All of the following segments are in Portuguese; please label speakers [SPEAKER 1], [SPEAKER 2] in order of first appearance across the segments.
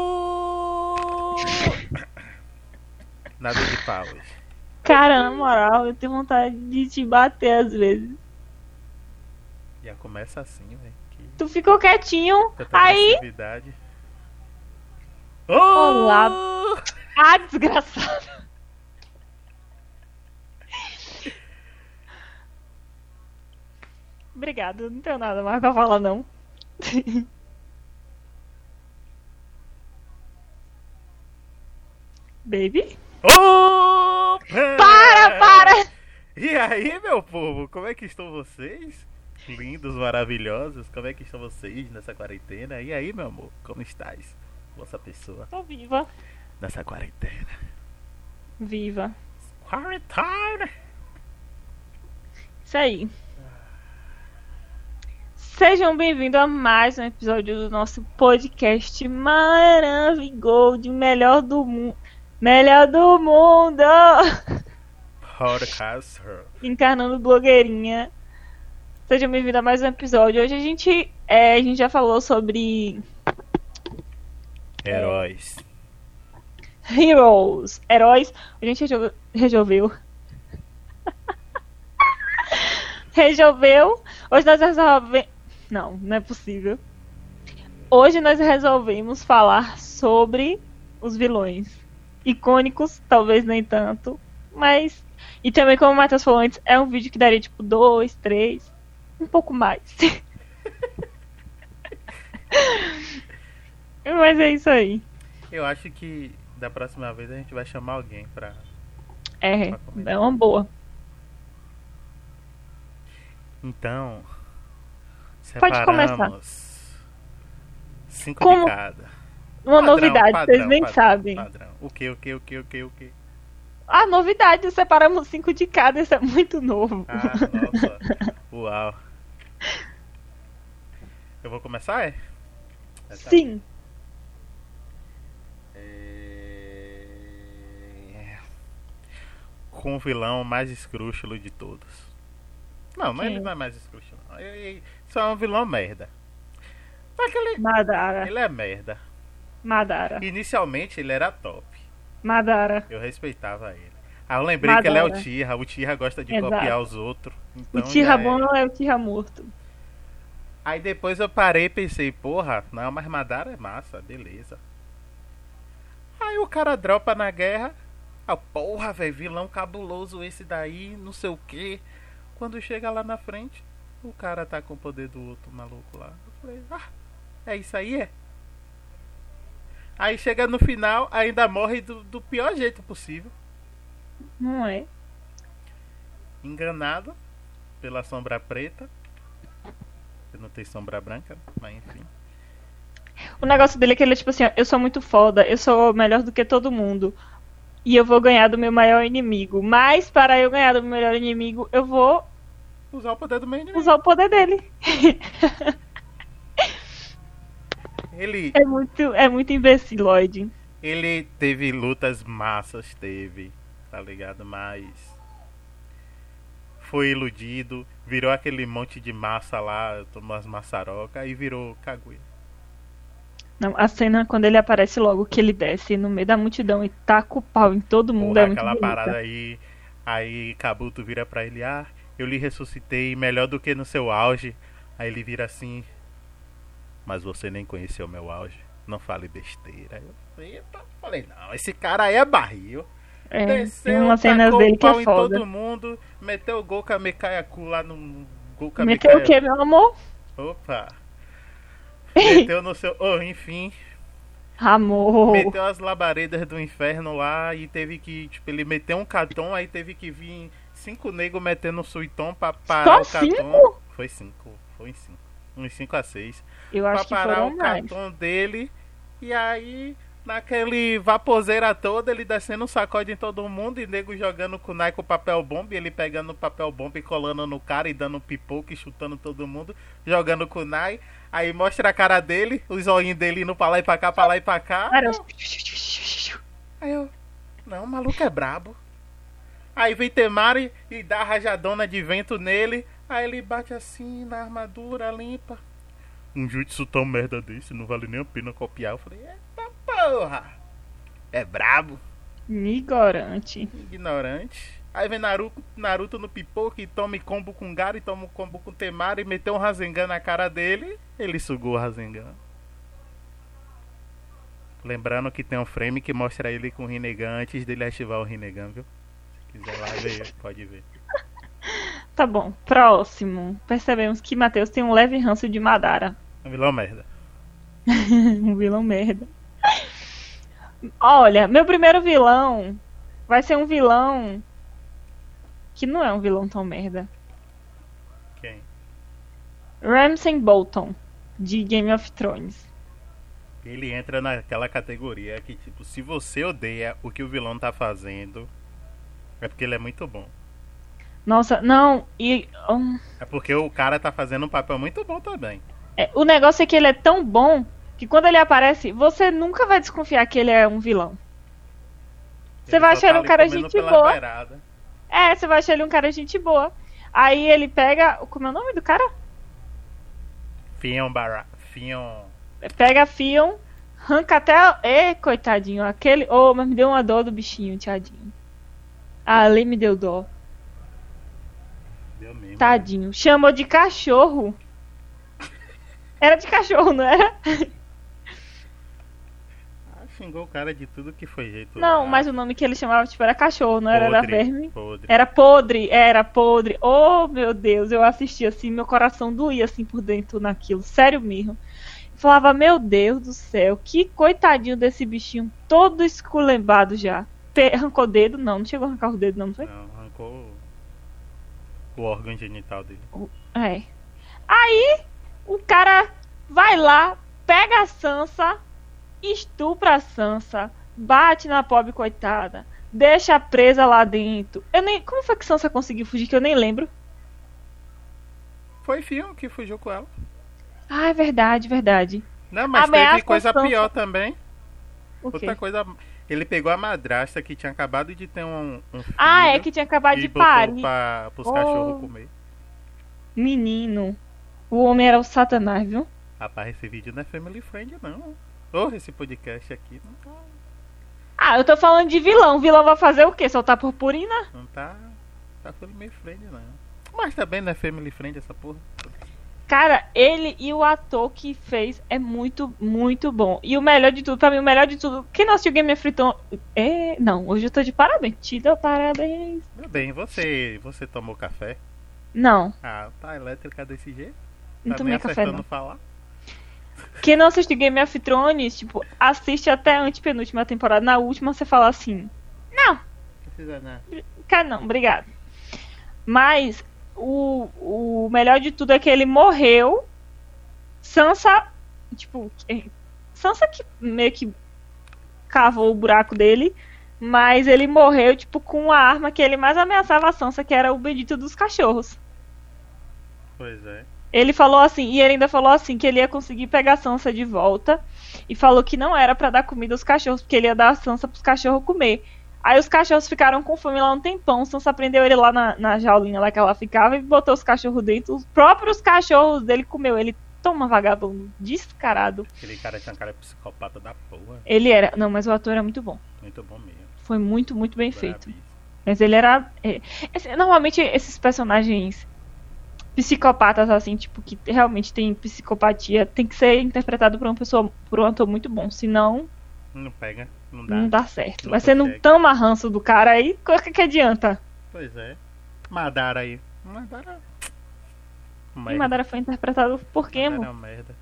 [SPEAKER 1] Oh! Nada de pau hoje.
[SPEAKER 2] Cara, na moral, eu tenho vontade de te bater às vezes.
[SPEAKER 1] Já começa assim, velho.
[SPEAKER 2] Tu ficou quietinho,
[SPEAKER 1] Tanta
[SPEAKER 2] aí.
[SPEAKER 1] agressividade.
[SPEAKER 2] Olá.
[SPEAKER 1] Oh!
[SPEAKER 2] Ah, desgraçado. Obrigada, não tenho nada mais pra falar, não. Baby?
[SPEAKER 1] Opa!
[SPEAKER 2] Para, para!
[SPEAKER 1] E aí, meu povo, como é que estão vocês? Lindos, maravilhosos, como é que estão vocês nessa quarentena? E aí, meu amor, como estás? Nossa pessoa,
[SPEAKER 2] Tô viva.
[SPEAKER 1] nessa quarentena.
[SPEAKER 2] Viva.
[SPEAKER 1] Quarentena!
[SPEAKER 2] Isso aí. Sejam bem-vindos a mais um episódio do nosso podcast maravilhoso, melhor do mundo. Melhor do mundo!
[SPEAKER 1] Podcast.
[SPEAKER 2] Encarnando blogueirinha. Sejam bem-vindos a mais um episódio. Hoje a gente, é, a gente já falou sobre
[SPEAKER 1] Heróis.
[SPEAKER 2] heroes, heróis. A gente resolveu. Resolveu. resolveu. Hoje nós resolvemos. Não, não é possível. Hoje nós resolvemos falar sobre os vilões. Icônicos, talvez nem tanto. Mas. E também, como o Matheus falou antes, é um vídeo que daria tipo dois, três, um pouco mais. mas é isso aí.
[SPEAKER 1] Eu acho que da próxima vez a gente vai chamar alguém pra.
[SPEAKER 2] É, é uma boa.
[SPEAKER 1] Então.
[SPEAKER 2] Pode começar.
[SPEAKER 1] separamos Cinco
[SPEAKER 2] Como-
[SPEAKER 1] de cada.
[SPEAKER 2] Uma
[SPEAKER 1] Padrão,
[SPEAKER 2] novidade,
[SPEAKER 1] padrão,
[SPEAKER 2] vocês nem
[SPEAKER 1] padrão,
[SPEAKER 2] sabem.
[SPEAKER 1] Padrão. O que, o que, o que, o que, o que?
[SPEAKER 2] A novidade, separamos cinco de cada, isso é muito novo.
[SPEAKER 1] Ah, nossa. Uau. Eu vou começar, é? É, tá.
[SPEAKER 2] Sim,
[SPEAKER 1] É... Com o vilão mais escrúxulo de todos. Não, mas
[SPEAKER 2] Quem?
[SPEAKER 1] ele não é mais escrúxulo. não. Ele só é um vilão merda. Só que ele,
[SPEAKER 2] Madara,
[SPEAKER 1] ele é merda.
[SPEAKER 2] Madara,
[SPEAKER 1] Inicialmente ele era top.
[SPEAKER 2] Madara.
[SPEAKER 1] Eu respeitava ele. Ah, eu lembrei
[SPEAKER 2] Madara.
[SPEAKER 1] que ele é o Tira. O Tira gosta de
[SPEAKER 2] Exato.
[SPEAKER 1] copiar os outros.
[SPEAKER 2] O
[SPEAKER 1] Então
[SPEAKER 2] Tira
[SPEAKER 1] já
[SPEAKER 2] bom
[SPEAKER 1] era.
[SPEAKER 2] não é o Tira morto.
[SPEAKER 1] Aí depois eu parei e pensei, porra, não, mas Madara é massa, beleza. Aí o cara dropa na guerra. Ah, porra, velho, vilão cabuloso esse daí, não sei o quê. Quando chega lá na frente, o cara tá com o poder do outro maluco lá. Eu falei, ah, é isso aí, é? Aí chega no final, ainda morre do, do pior jeito possível.
[SPEAKER 2] Não é?
[SPEAKER 1] enganado pela sombra preta. Eu não tenho sombra branca, né? mas enfim.
[SPEAKER 2] O negócio dele é que ele é tipo assim: ó, eu sou muito foda, eu sou melhor do que todo mundo. E eu vou ganhar do meu maior inimigo. Mas para eu ganhar do meu melhor inimigo, eu vou
[SPEAKER 1] Usar o poder do né? meio inimigo.
[SPEAKER 2] usar o poder dele.
[SPEAKER 1] Ele,
[SPEAKER 2] É muito, é muito imbeciloide.
[SPEAKER 1] ele teve lutas massas, teve, tá ligado? Mas foi iludido, virou aquele monte de massa lá, tomou as maçarocas e virou Kaguya.
[SPEAKER 2] Não, a cena quando ele aparece logo que ele desce no meio da multidão e taca o pau em todo mundo
[SPEAKER 1] Porra,
[SPEAKER 2] é muito
[SPEAKER 1] aquela
[SPEAKER 2] bonita.
[SPEAKER 1] parada aí. Aí Kabuto vira pra ele, ah, eu lhe ressuscitei melhor do que no seu auge. Aí ele vira assim. Mas você nem conheceu meu auge. Não fale besteira. Eu eita, falei, não, esse cara aí é barril.
[SPEAKER 2] É,
[SPEAKER 1] Desceu,
[SPEAKER 2] tem umas cenas
[SPEAKER 1] tacou
[SPEAKER 2] dele
[SPEAKER 1] o
[SPEAKER 2] que
[SPEAKER 1] pau
[SPEAKER 2] é
[SPEAKER 1] em
[SPEAKER 2] foda.
[SPEAKER 1] todo mundo, meteu o Gol Kamekayaku lá no Gol
[SPEAKER 2] Meteu o
[SPEAKER 1] Kamekayaku.
[SPEAKER 2] que, meu amor?
[SPEAKER 1] Opa! Meteu no seu. Oh, enfim.
[SPEAKER 2] Amor.
[SPEAKER 1] meteu as labaredas do inferno lá e teve que, tipo, ele meteu um catom, aí teve que vir cinco negros metendo um suitom pra parar
[SPEAKER 2] Só
[SPEAKER 1] o catom.
[SPEAKER 2] cinco?
[SPEAKER 1] Foi cinco, foi cinco. Uns cinco a seis.
[SPEAKER 2] Eu
[SPEAKER 1] Pra
[SPEAKER 2] acho que
[SPEAKER 1] parar
[SPEAKER 2] foram
[SPEAKER 1] o
[SPEAKER 2] mais.
[SPEAKER 1] catom dele. E aí, naquele vaposeira todo, ele descendo um sacode em todo mundo e nego jogando kunai com papel bomba, e ele pegando o papel bomba e colando no cara e dando um pipoco e chutando todo mundo, jogando kunai. Aí mostra a cara dele, os olhinhos dele indo pra lá e pra cá, pra lá e pra cá.
[SPEAKER 2] Cara,
[SPEAKER 1] Aí eu, não, o maluco é brabo. Aí vem Temari e dá a rajadona de vento nele. Aí ele bate assim na armadura, limpa. Um jutsu tão merda desse, não vale nem a pena copiar. Eu falei, eita Porra! É brabo,
[SPEAKER 2] Ignorante.
[SPEAKER 1] ignorante. Aí vem Naruto, Naruto no pipoca e toma combo com Gara e toma combo com Temari e meteu um Rasengan na cara dele. Ele sugou o Rasengan. Lembrando que tem um frame que mostra ele com o Rinnegan antes dele ativar o Rinnegan, viu? Se quiser lá ver, pode ver.
[SPEAKER 2] Tá bom. Próximo. Percebemos que Matheus tem um leve ranço de Madara.
[SPEAKER 1] É um vilão merda.
[SPEAKER 2] um vilão merda. Olha, meu primeiro vilão vai ser um vilão que não é um vilão tão merda.
[SPEAKER 1] Quem?
[SPEAKER 2] Ramsay Bolton, de Game of Thrones.
[SPEAKER 1] Ele entra naquela categoria que, tipo, se você odeia o que o vilão tá fazendo, é porque ele é muito bom.
[SPEAKER 2] Nossa, não, e. hum,
[SPEAKER 1] É porque o cara tá fazendo um papel muito bom também.
[SPEAKER 2] é, o negócio é que ele é tão bom que quando ele aparece, você nunca vai desconfiar que ele é um vilão. Você vai achar
[SPEAKER 1] achar
[SPEAKER 2] um cara gente boa. É, você vai achar ele um cara gente boa. Aí ele pega. Como é o nome do cara?
[SPEAKER 1] Fion Barra. Fion.
[SPEAKER 2] pega a Fion, arranca até. Ê, coitadinho, aquele. Ô, mas me deu uma dor do bichinho, tiadinho. Ali me deu dó.
[SPEAKER 1] Deu mesmo.
[SPEAKER 2] Tadinho. Chamou de cachorro. Era de cachorro, não era?
[SPEAKER 1] Ah, xingou o cara de tudo que foi jeito.
[SPEAKER 2] Não,
[SPEAKER 1] lá.
[SPEAKER 2] mas o nome que ele chamava tipo, era cachorro, não era, era
[SPEAKER 1] Podre,
[SPEAKER 2] verme.
[SPEAKER 1] podre.
[SPEAKER 2] Era podre, era podre. Oh, meu Deus, eu assisti assim, meu coração doía assim por dentro naquilo, sério mesmo. Falava, meu Deus do céu, que coitadinho desse bichinho, todo esculembado já. Te- arrancou o dedo? Não, não chegou a arrancar o dedo, não, não foi?
[SPEAKER 1] Não, arrancou o- o órgão genital dele.
[SPEAKER 2] É. Aí, o cara vai lá, pega a Sansa, estupra a Sansa, bate na pobre coitada, deixa presa lá dentro. Eu nem. Como foi que Sansa conseguiu fugir? Que eu nem lembro.
[SPEAKER 1] Foi Fion que fugiu com ela.
[SPEAKER 2] Ah, é verdade, verdade.
[SPEAKER 1] Não, mas
[SPEAKER 2] Ameaça
[SPEAKER 1] teve coisa
[SPEAKER 2] Sansa.
[SPEAKER 1] pior também.
[SPEAKER 2] O quê?
[SPEAKER 1] Outra coisa. Ele pegou a madrasta que tinha acabado de ter um, um filho.
[SPEAKER 2] Ah, é que tinha acabado
[SPEAKER 1] e
[SPEAKER 2] de
[SPEAKER 1] botou
[SPEAKER 2] parir.
[SPEAKER 1] Pra, pros
[SPEAKER 2] Oh.
[SPEAKER 1] cachorros comer.
[SPEAKER 2] Menino, o homem era o satanás, viu?
[SPEAKER 1] Rapaz, esse vídeo não é family friend, não. Ou esse podcast aqui não tá.
[SPEAKER 2] Ah, eu tô falando de vilão. Vilão vai fazer o quê? Soltar purpurina?
[SPEAKER 1] Não tá. Tá family friend, não. Mas também não é family friend essa porra.
[SPEAKER 2] Cara, ele e o ator que fez é muito, muito bom. E o melhor de tudo, pra mim, o melhor de tudo. Quem não assistiu Game of Thrones. É... Não, hoje eu tô de parabéns. Te dou parabéns.
[SPEAKER 1] Meu Tá bem, você. Você tomou café?
[SPEAKER 2] Não,
[SPEAKER 1] Ah, tá elétrica desse jeito?
[SPEAKER 2] não
[SPEAKER 1] tá
[SPEAKER 2] tomei
[SPEAKER 1] nem
[SPEAKER 2] café,
[SPEAKER 1] acertando
[SPEAKER 2] não.
[SPEAKER 1] falar?
[SPEAKER 2] Quem não assiste Game of Thrones, tipo, assiste até a antepenúltima temporada. Na última você fala assim. Não,
[SPEAKER 1] Precisa né? nada.
[SPEAKER 2] Cara, não, obrigado. Mas o, o melhor de tudo é que ele morreu. Sansa, tipo, eh, Sansa que meio que cavou o buraco dele, mas ele morreu, tipo, com a arma que ele mais ameaçava a Sansa, que era o bendito dos cachorros.
[SPEAKER 1] Pois é.
[SPEAKER 2] Ele falou assim, e ele ainda falou assim, que ele ia conseguir pegar a Sansa de volta. E falou que não era pra dar comida aos cachorros, porque ele ia dar a Sansa pros cachorros comer. Aí os cachorros ficaram com fome lá um tempão. Sansa prendeu ele lá na, na jaulinha lá que ela ficava e botou os cachorros dentro. Os próprios cachorros dele comeu. Ele toma vagabundo, descarado.
[SPEAKER 1] Aquele cara tinha uma cara psicopata da porra.
[SPEAKER 2] Ele era. Não, mas o ator era muito bom.
[SPEAKER 1] Muito bom mesmo.
[SPEAKER 2] Foi muito, muito bem feito.
[SPEAKER 1] Bravíssimo.
[SPEAKER 2] Mas ele era. é, esse- normalmente esses personagens psicopatas, assim, tipo, que realmente tem psicopatia, tem que ser interpretado por uma pessoa, por um ator muito bom. Senão,
[SPEAKER 1] Não pega, não dá.
[SPEAKER 2] não dá
[SPEAKER 1] Tá.
[SPEAKER 2] certo.
[SPEAKER 1] Não
[SPEAKER 2] Mas você não
[SPEAKER 1] consegue.
[SPEAKER 2] toma ranço do cara aí, o que, que adianta?
[SPEAKER 1] Pois é. Madara aí. Madara.
[SPEAKER 2] E
[SPEAKER 1] Merda.
[SPEAKER 2] Madara foi interpretado por quem,
[SPEAKER 1] Madara é
[SPEAKER 2] amor?
[SPEAKER 1] uma merda.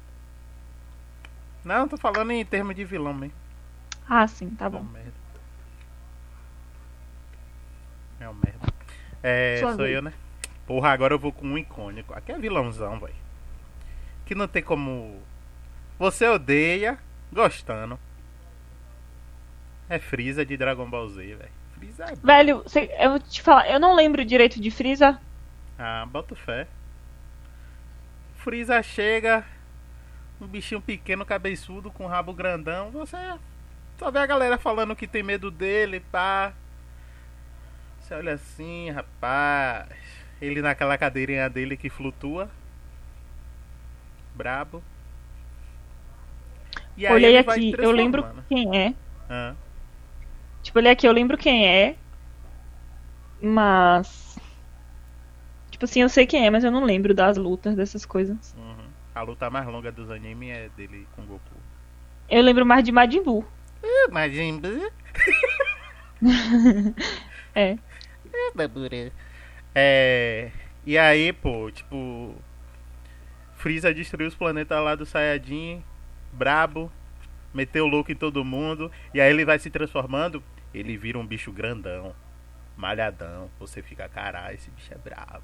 [SPEAKER 1] Não, tô falando em termos de vilão mesmo.
[SPEAKER 2] Ah, sim, tá
[SPEAKER 1] É
[SPEAKER 2] bom.
[SPEAKER 1] uma merda. É uma merda. É,
[SPEAKER 2] Sua
[SPEAKER 1] sou
[SPEAKER 2] vez.
[SPEAKER 1] eu, né? Porra, agora eu vou com um icônico. Aqui é vilãozão, velho. Que não tem como. Você odeia, gostando. É Freeza de Dragon Ball Z, velho. Freeza é.
[SPEAKER 2] Velho, você- eu vou te falar, eu não lembro direito de Frieza.
[SPEAKER 1] Ah, bota fé. Freeza chega, um bichinho pequeno, cabeçudo, com rabo grandão. Você só vê a galera falando que tem medo dele, pá. Você olha assim, rapaz. Ele naquela cadeirinha dele que flutua. Brabo. E aí
[SPEAKER 2] Olhei
[SPEAKER 1] ele vai
[SPEAKER 2] aqui, eu
[SPEAKER 1] transformando.
[SPEAKER 2] lembro quem é.
[SPEAKER 1] Ah,
[SPEAKER 2] Tipo, olhei aqui, eu lembro quem é. Mas. Tipo assim, eu sei quem é, mas eu não lembro das lutas, dessas coisas.
[SPEAKER 1] uhum. A luta mais longa dos animes é dele com Goku.
[SPEAKER 2] Eu lembro mais de Majin Buu.
[SPEAKER 1] Ah, Majin Buu.
[SPEAKER 2] É.
[SPEAKER 1] Ah, Babura. É. E aí, pô, tipo. Freeza destruiu os planetas lá do Saiyajin. Brabo. Meteu louco em todo mundo. E aí ele vai se transformando. Ele vira um bicho grandão. Malhadão. Você fica, caralho, esse bicho é brabo.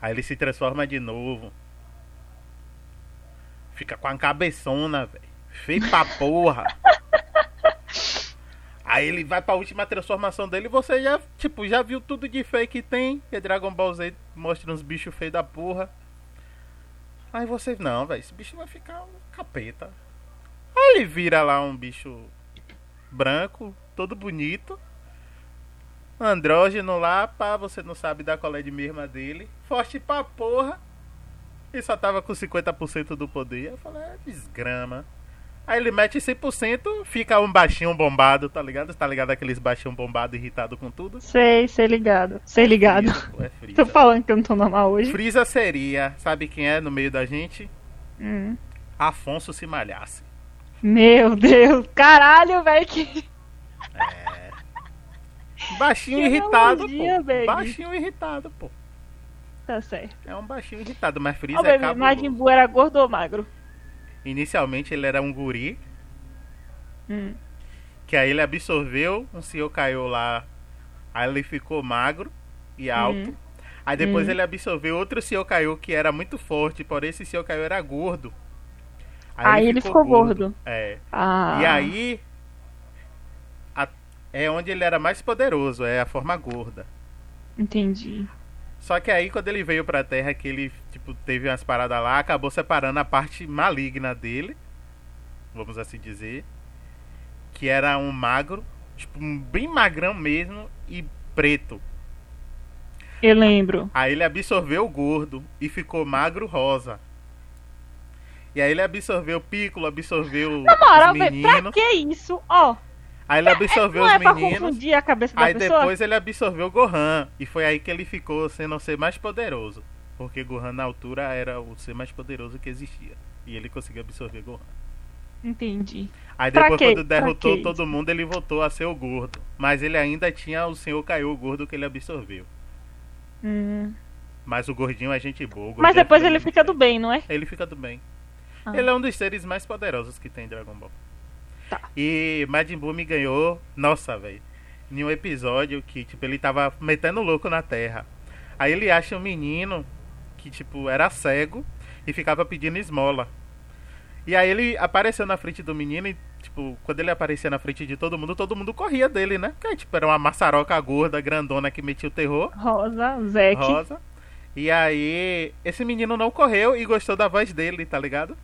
[SPEAKER 1] Aí ele se transforma de novo. Fica com a cabeçona, velho. Feio pra porra. Aí ele vai pra última transformação dele e você já, tipo, já viu tudo de feio que tem. Que Dragon Ball Z mostra uns bichos feios da porra. Aí você, não, velho, esse bicho vai ficar um capeta. Aí ele vira lá um bicho branco, todo bonito. Andrógeno lá, pá, você não sabe da qual é de mesma dele. Forte pra porra. E só tava com 50% do poder. Eu falei, é desgrama. Aí ele mete 100%, fica um baixinho bombado, tá ligado? Tá ligado aqueles baixinho bombado irritado com tudo?
[SPEAKER 2] Sei, sei ligado. Sei ligado.
[SPEAKER 1] Freeza, pô, é
[SPEAKER 2] Tô
[SPEAKER 1] Freeza.
[SPEAKER 2] falando que eu não tô normal hoje.
[SPEAKER 1] Freeza seria, sabe quem é no meio da gente?
[SPEAKER 2] Hum.
[SPEAKER 1] Afonso se malhasse.
[SPEAKER 2] Meu Deus. Caralho, velho. Que...
[SPEAKER 1] Baixinho
[SPEAKER 2] Que
[SPEAKER 1] irritado,
[SPEAKER 2] analogia,
[SPEAKER 1] pô.
[SPEAKER 2] baby.
[SPEAKER 1] Baixinho irritado, pô.
[SPEAKER 2] Tá certo.
[SPEAKER 1] É um baixinho irritado, mas Freeza
[SPEAKER 2] Ó,
[SPEAKER 1] é
[SPEAKER 2] baby,
[SPEAKER 1] cabuloso.
[SPEAKER 2] Majin Buu era gordo ou magro?
[SPEAKER 1] Inicialmente ele era um guri,
[SPEAKER 2] Hum.
[SPEAKER 1] que aí ele absorveu, um senhor caiu lá, aí ele ficou magro e alto. Aí depois
[SPEAKER 2] Hum.
[SPEAKER 1] ele absorveu outro senhor caiu que era muito forte, porém esse senhor caiu era gordo.
[SPEAKER 2] Aí ele ficou gordo.
[SPEAKER 1] É.
[SPEAKER 2] Ah.
[SPEAKER 1] E aí a- é onde ele era mais poderoso, é a forma gorda.
[SPEAKER 2] Entendi.
[SPEAKER 1] Só que aí quando ele veio pra Terra que ele tipo teve umas paradas lá, acabou separando a parte maligna dele, vamos assim dizer, que era um magro, tipo um bem magrão mesmo e preto.
[SPEAKER 2] Eu lembro.
[SPEAKER 1] Aí ele absorveu o gordo e ficou magro rosa. E aí ele absorveu o Piccolo, absorveu
[SPEAKER 2] Na moral,
[SPEAKER 1] os
[SPEAKER 2] velho, pra
[SPEAKER 1] meninos.
[SPEAKER 2] que isso? Ó,
[SPEAKER 1] Aí ele absorveu
[SPEAKER 2] não é
[SPEAKER 1] os
[SPEAKER 2] pra
[SPEAKER 1] meninos.
[SPEAKER 2] confundir a cabeça da
[SPEAKER 1] Aí
[SPEAKER 2] pessoa?
[SPEAKER 1] depois ele absorveu o Gohan. E foi aí que ele ficou sendo o ser mais poderoso. Porque Gohan na altura era o ser mais poderoso que existia. E ele conseguiu absorver Gohan.
[SPEAKER 2] Entendi.
[SPEAKER 1] Aí
[SPEAKER 2] Pra
[SPEAKER 1] depois
[SPEAKER 2] quê?
[SPEAKER 1] quando
[SPEAKER 2] Pra
[SPEAKER 1] derrotou
[SPEAKER 2] quê?
[SPEAKER 1] todo mundo, ele voltou a ser o gordo. Mas ele ainda tinha o Senhor Caiu gordo que ele absorveu.
[SPEAKER 2] Hum.
[SPEAKER 1] Mas o gordinho é gente boa. o
[SPEAKER 2] Mas
[SPEAKER 1] gordinho é
[SPEAKER 2] depois
[SPEAKER 1] filho
[SPEAKER 2] ele
[SPEAKER 1] da
[SPEAKER 2] fica
[SPEAKER 1] mãe.
[SPEAKER 2] do bem, não é?
[SPEAKER 1] Ele fica do bem.
[SPEAKER 2] Ah.
[SPEAKER 1] Ele é um dos seres mais poderosos que tem em Dragon Ball.
[SPEAKER 2] Tá.
[SPEAKER 1] E Majin Buu me ganhou, nossa, velho, em um episódio que, tipo, ele tava metendo louco na Terra. Aí ele acha um menino que, tipo, era cego e ficava pedindo esmola. E aí ele apareceu na frente do menino e, tipo, quando ele aparecia na frente de todo mundo, todo mundo corria dele, né? Porque, tipo, era uma maçaroca gorda, grandona que metia o terror.
[SPEAKER 2] Rosa, Zeke.
[SPEAKER 1] Rosa. E aí, esse menino não correu e gostou da voz dele, tá ligado?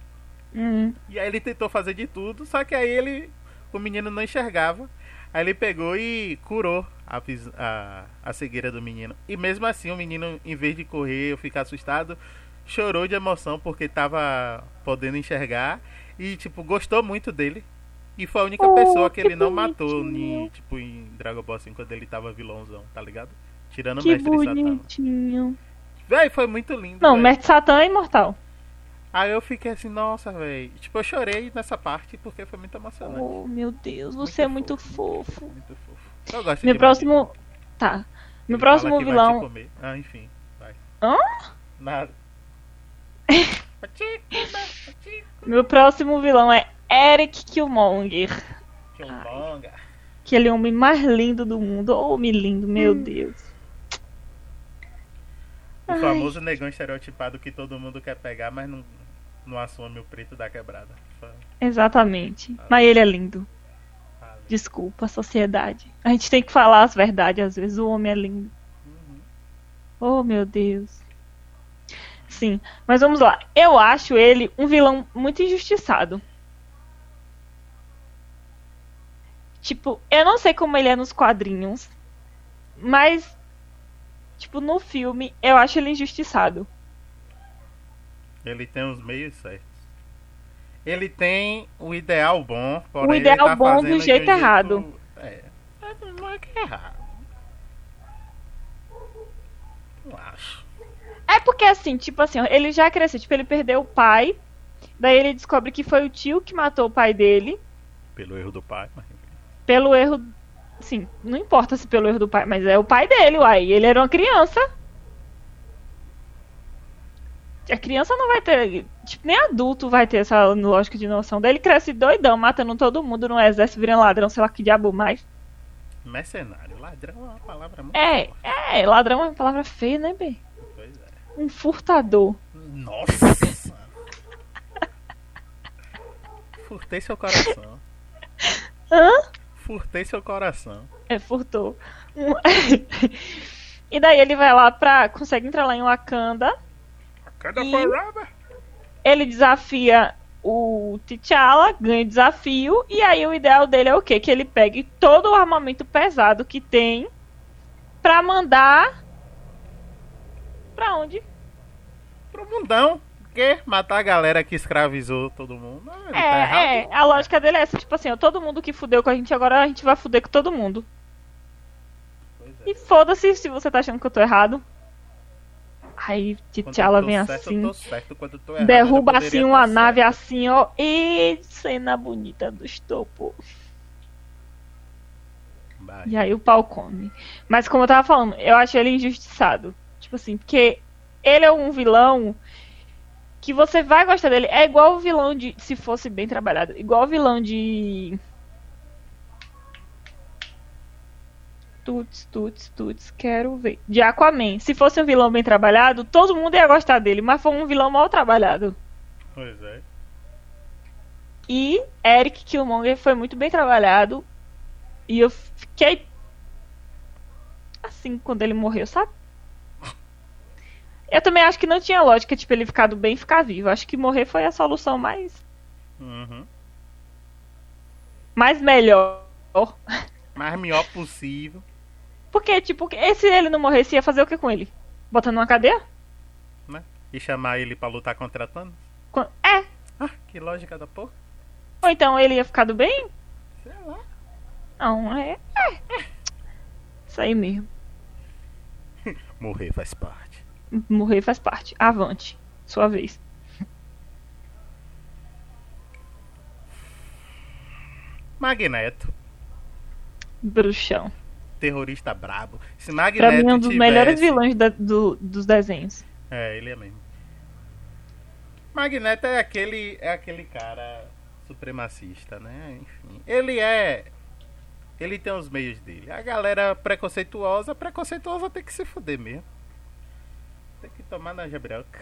[SPEAKER 2] Hum.
[SPEAKER 1] E aí ele tentou fazer de tudo, só que aí ele. O menino não enxergava. Aí ele pegou e curou a, vis- a, a cegueira do menino. E mesmo assim, o menino, em vez de correr ou ficar assustado, chorou de emoção porque tava podendo enxergar. E, tipo, gostou muito dele. E foi a única
[SPEAKER 2] Oh,
[SPEAKER 1] pessoa que,
[SPEAKER 2] que
[SPEAKER 1] ele não matou,
[SPEAKER 2] bonitinho.
[SPEAKER 1] em, tipo, em Dragon Ball 5, quando ele tava vilãozão, tá ligado? Tirando o
[SPEAKER 2] Que
[SPEAKER 1] Mestre Satan.
[SPEAKER 2] bonitinho.
[SPEAKER 1] Véi, foi muito lindo.
[SPEAKER 2] Não,
[SPEAKER 1] véi.
[SPEAKER 2] Mestre Satã é imortal.
[SPEAKER 1] Aí eu fiquei assim, nossa, velho. Tipo, eu chorei nessa parte porque foi muito emocionante.
[SPEAKER 2] Oh, meu Deus, você é muito fofo.
[SPEAKER 1] Muito Tá fofo. Eu gosto
[SPEAKER 2] Meu
[SPEAKER 1] de
[SPEAKER 2] próximo. Tá. Meu
[SPEAKER 1] tipo- Ele
[SPEAKER 2] próximo
[SPEAKER 1] fala que vai te
[SPEAKER 2] vilão.
[SPEAKER 1] comer. Ah, enfim. Vai.
[SPEAKER 2] Hã?
[SPEAKER 1] Nada. Vai te comer, vai te
[SPEAKER 2] Meu próximo vilão é Eric Killmonger.
[SPEAKER 1] comer, longa.
[SPEAKER 2] Que ele é o homem mais lindo do mundo. Oh, homem lindo, meu
[SPEAKER 1] Hum.
[SPEAKER 2] Deus.
[SPEAKER 1] O
[SPEAKER 2] Ai.
[SPEAKER 1] famoso negão estereotipado que todo mundo quer pegar, mas não, não assume o preto da quebrada.
[SPEAKER 2] Exatamente. Mas ele é lindo.
[SPEAKER 1] Fala.
[SPEAKER 2] Desculpa, sociedade. A gente tem que falar as verdades, às vezes o homem é lindo. Oh, meu Deus. Sim, mas vamos lá. Eu acho ele um vilão muito injustiçado. Tipo, eu não sei como ele é nos quadrinhos, mas tipo no filme eu acho ele injustiçado.
[SPEAKER 1] Ele tem os meios certos. Ele tem o ideal bom, porém
[SPEAKER 2] O ideal
[SPEAKER 1] ele tá
[SPEAKER 2] bom do
[SPEAKER 1] fazendo de um
[SPEAKER 2] jeito errado.
[SPEAKER 1] É. É, Não é que é errado. Não acho.
[SPEAKER 2] É porque assim, tipo assim, ó, ele já cresceu, tipo, ele perdeu o pai. Daí ele descobre que foi o tio que matou o pai dele
[SPEAKER 1] Pelo erro do pai, mas...
[SPEAKER 2] pelo erro. Sim, não importa se pelo erro do pai, mas é o pai dele, uai. Ele era uma criança. A criança não vai ter. Tipo, nem adulto vai ter essa lógica de noção. Daí ele cresce doidão, matando todo mundo no exército, virando ladrão, sei lá que diabo mais.
[SPEAKER 1] Mercenário, ladrão é uma palavra muito
[SPEAKER 2] É,
[SPEAKER 1] forte,
[SPEAKER 2] é, ladrão é uma palavra feia, né, bem?
[SPEAKER 1] pois é.
[SPEAKER 2] Um furtador.
[SPEAKER 1] Nossa! Furtei seu coração.
[SPEAKER 2] Hã?
[SPEAKER 1] Furtei seu coração.
[SPEAKER 2] É, furtou. Um- e daí ele vai lá pra. consegue entrar lá em Wakanda.
[SPEAKER 1] Wakanda
[SPEAKER 2] E-
[SPEAKER 1] forever!
[SPEAKER 2] Ele desafia o T'Challa, ganha o desafio. E aí o ideal dele é o quê? Que ele pegue todo o armamento pesado que tem pra mandar. Pra onde?
[SPEAKER 1] Pro mundão. Quer matar a galera que escravizou todo mundo? Não, ele tá errado.
[SPEAKER 2] É, é, a lógica dele é essa, tipo assim, ó, todo mundo que fudeu com a gente agora, a gente vai fuder com todo mundo.
[SPEAKER 1] Pois é.
[SPEAKER 2] E foda-se se você tá achando que eu tô errado. Aí
[SPEAKER 1] Quando
[SPEAKER 2] T'Challa
[SPEAKER 1] eu tô
[SPEAKER 2] vem
[SPEAKER 1] certo,
[SPEAKER 2] assim.
[SPEAKER 1] Eu tô certo. Quando eu tô errado,
[SPEAKER 2] Derruba
[SPEAKER 1] eu poderia
[SPEAKER 2] assim uma
[SPEAKER 1] tá
[SPEAKER 2] nave
[SPEAKER 1] certo.
[SPEAKER 2] assim, ó. E cena bonita do estopo.
[SPEAKER 1] Vai.
[SPEAKER 2] E aí o pau come. Mas como eu tava falando, eu acho ele injustiçado. Tipo assim, porque ele é um vilão que você vai gostar dele. É igual o vilão de. Se fosse bem trabalhado, igual o vilão de. Tuts, tuts, tuts, quero ver. De Aquaman. Se fosse um vilão bem trabalhado, todo mundo ia gostar dele, mas foi um vilão mal trabalhado.
[SPEAKER 1] Pois é.
[SPEAKER 2] E Eric Killmonger foi muito bem trabalhado. E eu fiquei. Assim, quando ele morreu, sabe? Eu também acho que não tinha lógica, tipo, ele ficar do bem e ficar vivo. Acho que morrer foi a solução mais.
[SPEAKER 1] Uhum.
[SPEAKER 2] mais melhor.
[SPEAKER 1] Mas melhor possível.
[SPEAKER 2] Porque, tipo, e se ele não morresse, ia fazer o que com ele? Botar numa cadeia?
[SPEAKER 1] E chamar ele pra lutar contra Thanos.
[SPEAKER 2] Quan- É.
[SPEAKER 1] Ah, que lógica da porra.
[SPEAKER 2] Ou então ele ia ficar do bem?
[SPEAKER 1] Sei lá.
[SPEAKER 2] Não, é. é. Isso aí mesmo.
[SPEAKER 1] Morrer faz parte.
[SPEAKER 2] Morrer faz parte. Avante. Sua vez.
[SPEAKER 1] Magneto.
[SPEAKER 2] Bruxão.
[SPEAKER 1] Terrorista brabo. Se
[SPEAKER 2] Pra
[SPEAKER 1] Magneto
[SPEAKER 2] mim, um dos
[SPEAKER 1] tivesse...
[SPEAKER 2] melhores vilões da- do- dos desenhos.
[SPEAKER 1] É, ele é mesmo. Magneto é aquele, é aquele cara supremacista, né? Enfim, ele é. Ele tem os meios dele. A galera preconceituosa, preconceituosa tem que se fuder mesmo. Tem que tomar na jabiroca.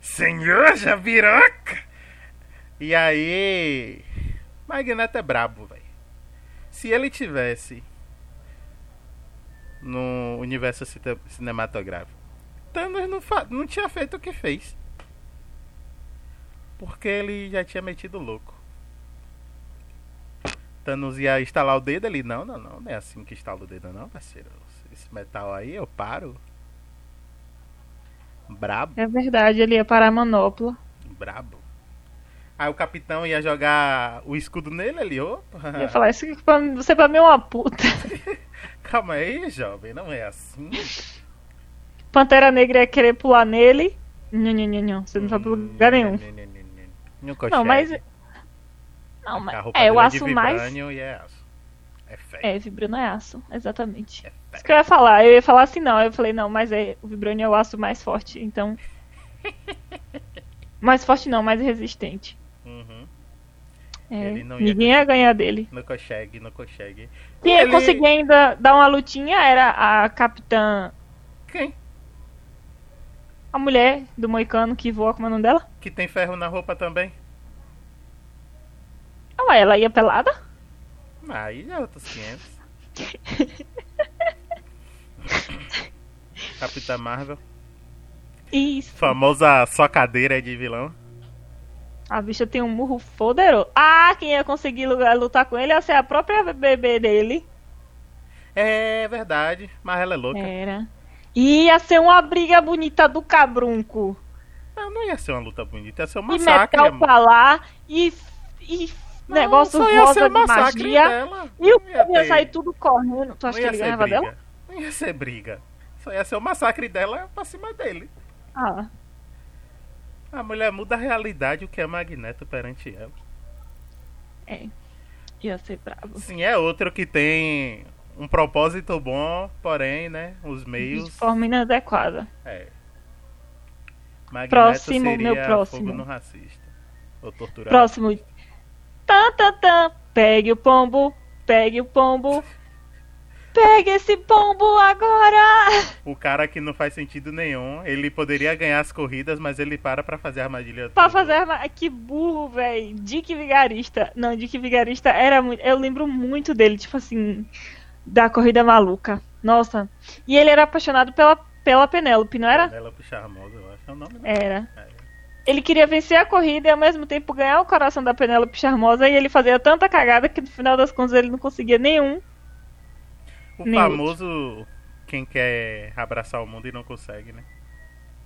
[SPEAKER 1] Senhor jabiroca! E aí. Magneto é brabo, velho. Se ele tivesse no universo cita- cinematográfico. Thanos Tá, não, fa- não tinha feito o que fez. Porque ele já tinha metido louco. Thanos ia instalar o dedo ali. Não, não, não. Não é assim que instala o dedo, não, parceiro. Esse metal aí eu paro. Brabo.
[SPEAKER 2] É verdade, ele ia parar a manopla.
[SPEAKER 1] Brabo. Aí o capitão ia jogar o escudo nele ali, opa.
[SPEAKER 2] Ia falar, isso aqui pra mim- você pra mim é uma puta.
[SPEAKER 1] Calma aí, jovem, não é assim.
[SPEAKER 2] Pantera Negra ia querer pular nele. Não, não, não, não. Você não
[SPEAKER 1] Hum,
[SPEAKER 2] vai pra lugar
[SPEAKER 1] é,
[SPEAKER 2] nenhum.
[SPEAKER 1] Não,
[SPEAKER 2] Não, mas.
[SPEAKER 1] consegue. é.
[SPEAKER 2] Não,
[SPEAKER 1] A
[SPEAKER 2] mas.
[SPEAKER 1] roupa
[SPEAKER 2] É,
[SPEAKER 1] dele
[SPEAKER 2] o
[SPEAKER 1] de
[SPEAKER 2] aço mais.
[SPEAKER 1] vibrânio e é aço. É feio.
[SPEAKER 2] É, vibrano é aço, exatamente.
[SPEAKER 1] É
[SPEAKER 2] Isso
[SPEAKER 1] feio.
[SPEAKER 2] que eu ia falar. Eu ia falar assim, não. Eu falei, não, mas é, o vibrânio é o aço mais forte, então. Mais forte não, mais resistente.
[SPEAKER 1] Uhum.
[SPEAKER 2] É,
[SPEAKER 1] Ele não ia
[SPEAKER 2] ninguém ia ganhar dele.
[SPEAKER 1] Não consegue, não consegue.
[SPEAKER 2] Quem é
[SPEAKER 1] Ele-
[SPEAKER 2] conseguia ainda dar uma lutinha era a capitã,
[SPEAKER 1] Quem?
[SPEAKER 2] a mulher do Moicano que voa, como é o nome dela?
[SPEAKER 1] Que tem ferro na roupa também?
[SPEAKER 2] Ah, ué, ela ia pelada?
[SPEAKER 1] Aí já é outros 500. Capitã Marvel.
[SPEAKER 2] Isso.
[SPEAKER 1] Famosa socadeira de vilão.
[SPEAKER 2] A bicha tem um murro foderoso. Ah, quem ia conseguir lu- lutar com ele ia ser a própria bebê dele.
[SPEAKER 1] É verdade, mas ela é louca.
[SPEAKER 2] Era. Ia ser uma briga bonita do cabrunco.
[SPEAKER 1] Ah, Não, não ia ser uma luta bonita, ia ser um
[SPEAKER 2] E
[SPEAKER 1] massacre.
[SPEAKER 2] metal
[SPEAKER 1] amor.
[SPEAKER 2] pra lá, e, e
[SPEAKER 1] Não,
[SPEAKER 2] negócio
[SPEAKER 1] só ia ser
[SPEAKER 2] rosa
[SPEAKER 1] um
[SPEAKER 2] de
[SPEAKER 1] massacre
[SPEAKER 2] magia.
[SPEAKER 1] dela.
[SPEAKER 2] E o
[SPEAKER 1] Não ia
[SPEAKER 2] povo ia
[SPEAKER 1] ter-
[SPEAKER 2] sair tudo correndo. Tu
[SPEAKER 1] não
[SPEAKER 2] acha que
[SPEAKER 1] ia
[SPEAKER 2] ele
[SPEAKER 1] ser
[SPEAKER 2] ganhava
[SPEAKER 1] briga.
[SPEAKER 2] dela?
[SPEAKER 1] Não ia ser briga. Só ia ser o massacre dela pra cima dele.
[SPEAKER 2] Ah,
[SPEAKER 1] A mulher muda a realidade, o que é Magneto perante ela.
[SPEAKER 2] é. Ia ser bravo.
[SPEAKER 1] Sim, é outro que tem um propósito bom, porém, né? Os
[SPEAKER 2] De
[SPEAKER 1] meios.
[SPEAKER 2] forma inadequada.
[SPEAKER 1] É. Magneto
[SPEAKER 2] Próximo,
[SPEAKER 1] seria
[SPEAKER 2] meu próximo.
[SPEAKER 1] fogo no racista. Ou torturador.
[SPEAKER 2] Próximo. Tan, tan, tan. Pegue o pombo. Pegue o pombo. Pegue esse pombo agora!
[SPEAKER 1] O cara que não faz sentido nenhum. Ele poderia ganhar as corridas, mas ele para pra fazer a armadilha.
[SPEAKER 2] Pra
[SPEAKER 1] toda.
[SPEAKER 2] fazer arma. Que burro, véi. Dick Vigarista. Não, Dick Vigarista era muito. Eu lembro muito dele, tipo assim. Da corrida maluca. Nossa. E ele era apaixonado pela, pela Penélope, não era?
[SPEAKER 1] Penélope Charmosa, eu acho que é o nome dela.
[SPEAKER 2] Era. Ele queria vencer a corrida e ao mesmo tempo ganhar o coração da Penélope Charmosa. E ele fazia tanta cagada que no final das contas ele não conseguia nenhum.
[SPEAKER 1] O
[SPEAKER 2] Nem
[SPEAKER 1] famoso quem quer abraçar o mundo e não consegue, né?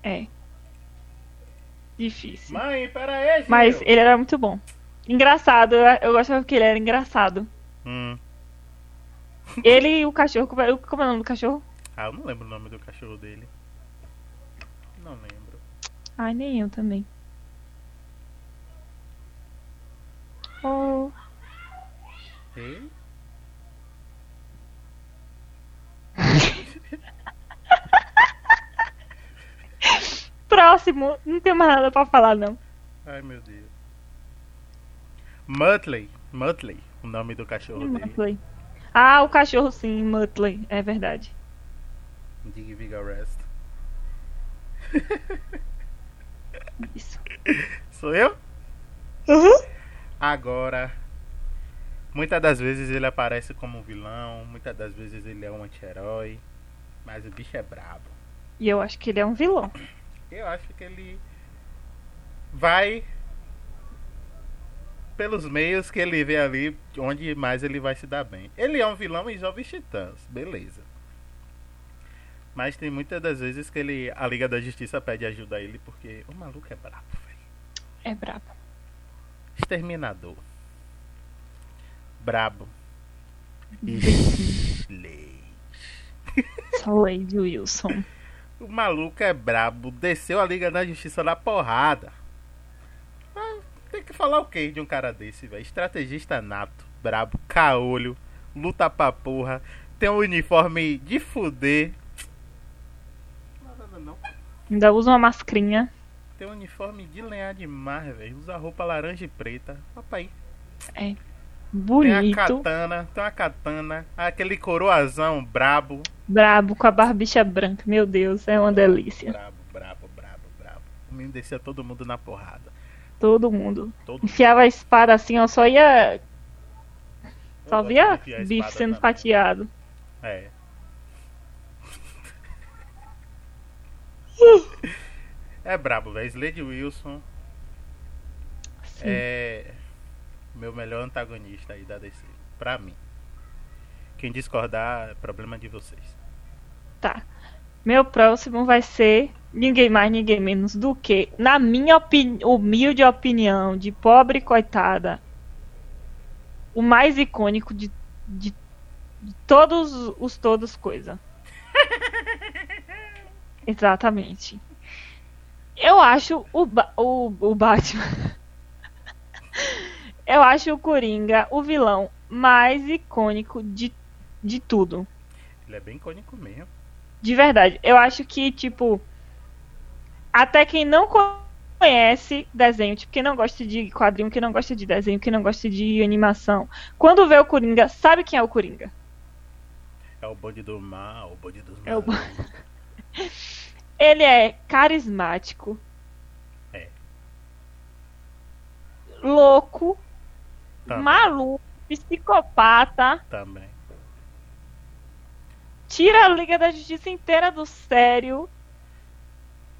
[SPEAKER 2] É. Difícil.
[SPEAKER 1] Mãe, pera aí, Gil.
[SPEAKER 2] Mas ele era muito bom. Engraçado, eu, eu gostava que ele era engraçado.
[SPEAKER 1] Hum.
[SPEAKER 2] Ele e o cachorro. Como é, como é o nome do cachorro?
[SPEAKER 1] Ah, eu não lembro o nome do cachorro dele. Não lembro.
[SPEAKER 2] Ai, nem eu também. Oh,
[SPEAKER 1] Ei?
[SPEAKER 2] Próximo, não tem mais nada pra falar, não.
[SPEAKER 1] Ai, meu Deus. Muttley. Muttley, o nome do cachorro dele.
[SPEAKER 2] Muttley. Ah, o cachorro sim, Muttley, é verdade.
[SPEAKER 1] Dig Vigorest.
[SPEAKER 2] Isso.
[SPEAKER 1] Sou eu?
[SPEAKER 2] Uhum.
[SPEAKER 1] Agora. Muitas das vezes ele aparece como um vilão, muitas das vezes ele é um anti-herói. Mas o bicho é brabo.
[SPEAKER 2] E eu acho que ele é um vilão.
[SPEAKER 1] Eu acho que ele vai pelos meios que ele vê ali, onde mais ele vai se dar bem. Ele é um vilão em Jovens Titãs, beleza. Mas tem muitas das vezes que ele a Liga da Justiça pede ajuda a ele porque o maluco é brabo, velho.
[SPEAKER 2] É brabo.
[SPEAKER 1] Exterminador. Brabo. Slay.
[SPEAKER 2] Só Lady Wilson.
[SPEAKER 1] O maluco é brabo, desceu a Liga da Justiça na porrada. Mas tem que falar o que de um cara desse, velho? Estrategista nato, brabo, caolho, luta pra porra, tem um uniforme de fuder. Não, não, não, não.
[SPEAKER 2] Ainda usa uma mascrinha.
[SPEAKER 1] Tem um uniforme de lenhar demais, velho. Usa roupa laranja e preta. Papai. Tem a
[SPEAKER 2] Bonito.
[SPEAKER 1] katana, tem uma katana, aquele coroazão brabo.
[SPEAKER 2] Brabo, com a barbicha branca. Meu Deus, é uma delícia.
[SPEAKER 1] Brabo, brabo, brabo, brabo. O menino descia todo mundo na porrada.
[SPEAKER 2] Todo mundo.
[SPEAKER 1] Todo
[SPEAKER 2] Enfiava a espada assim, ó, só ia. Só
[SPEAKER 1] Eu gosto de
[SPEAKER 2] via
[SPEAKER 1] enfiar a
[SPEAKER 2] bife
[SPEAKER 1] espada
[SPEAKER 2] sendo
[SPEAKER 1] também.
[SPEAKER 2] fatiado.
[SPEAKER 1] É. É brabo, velho. Slade Wilson
[SPEAKER 2] Sim.
[SPEAKER 1] é meu melhor antagonista aí da DC. Pra mim. Quem discordar é problema de vocês.
[SPEAKER 2] Tá. Meu próximo vai ser ninguém mais, ninguém menos do que, na minha opini- humilde opinião, de pobre coitada, o mais icônico de, de, de todos os todos coisa. Exatamente. Eu acho o, Ba- o, o Batman. Eu acho o Coringa o vilão mais icônico de, de tudo.
[SPEAKER 1] Ele é bem icônico mesmo.
[SPEAKER 2] De verdade. Eu acho que, tipo. Até quem não conhece desenho, tipo, quem não gosta de quadrinho, quem não gosta de desenho, quem não gosta de animação, quando vê o Coringa, sabe quem é o Coringa.
[SPEAKER 1] É o bonde do mal, o bonde dos
[SPEAKER 2] É o
[SPEAKER 1] maus.
[SPEAKER 2] Ele é carismático.
[SPEAKER 1] É.
[SPEAKER 2] Louco,
[SPEAKER 1] Também,
[SPEAKER 2] maluco, psicopata,
[SPEAKER 1] Também.
[SPEAKER 2] tira a Liga da Justiça inteira do sério,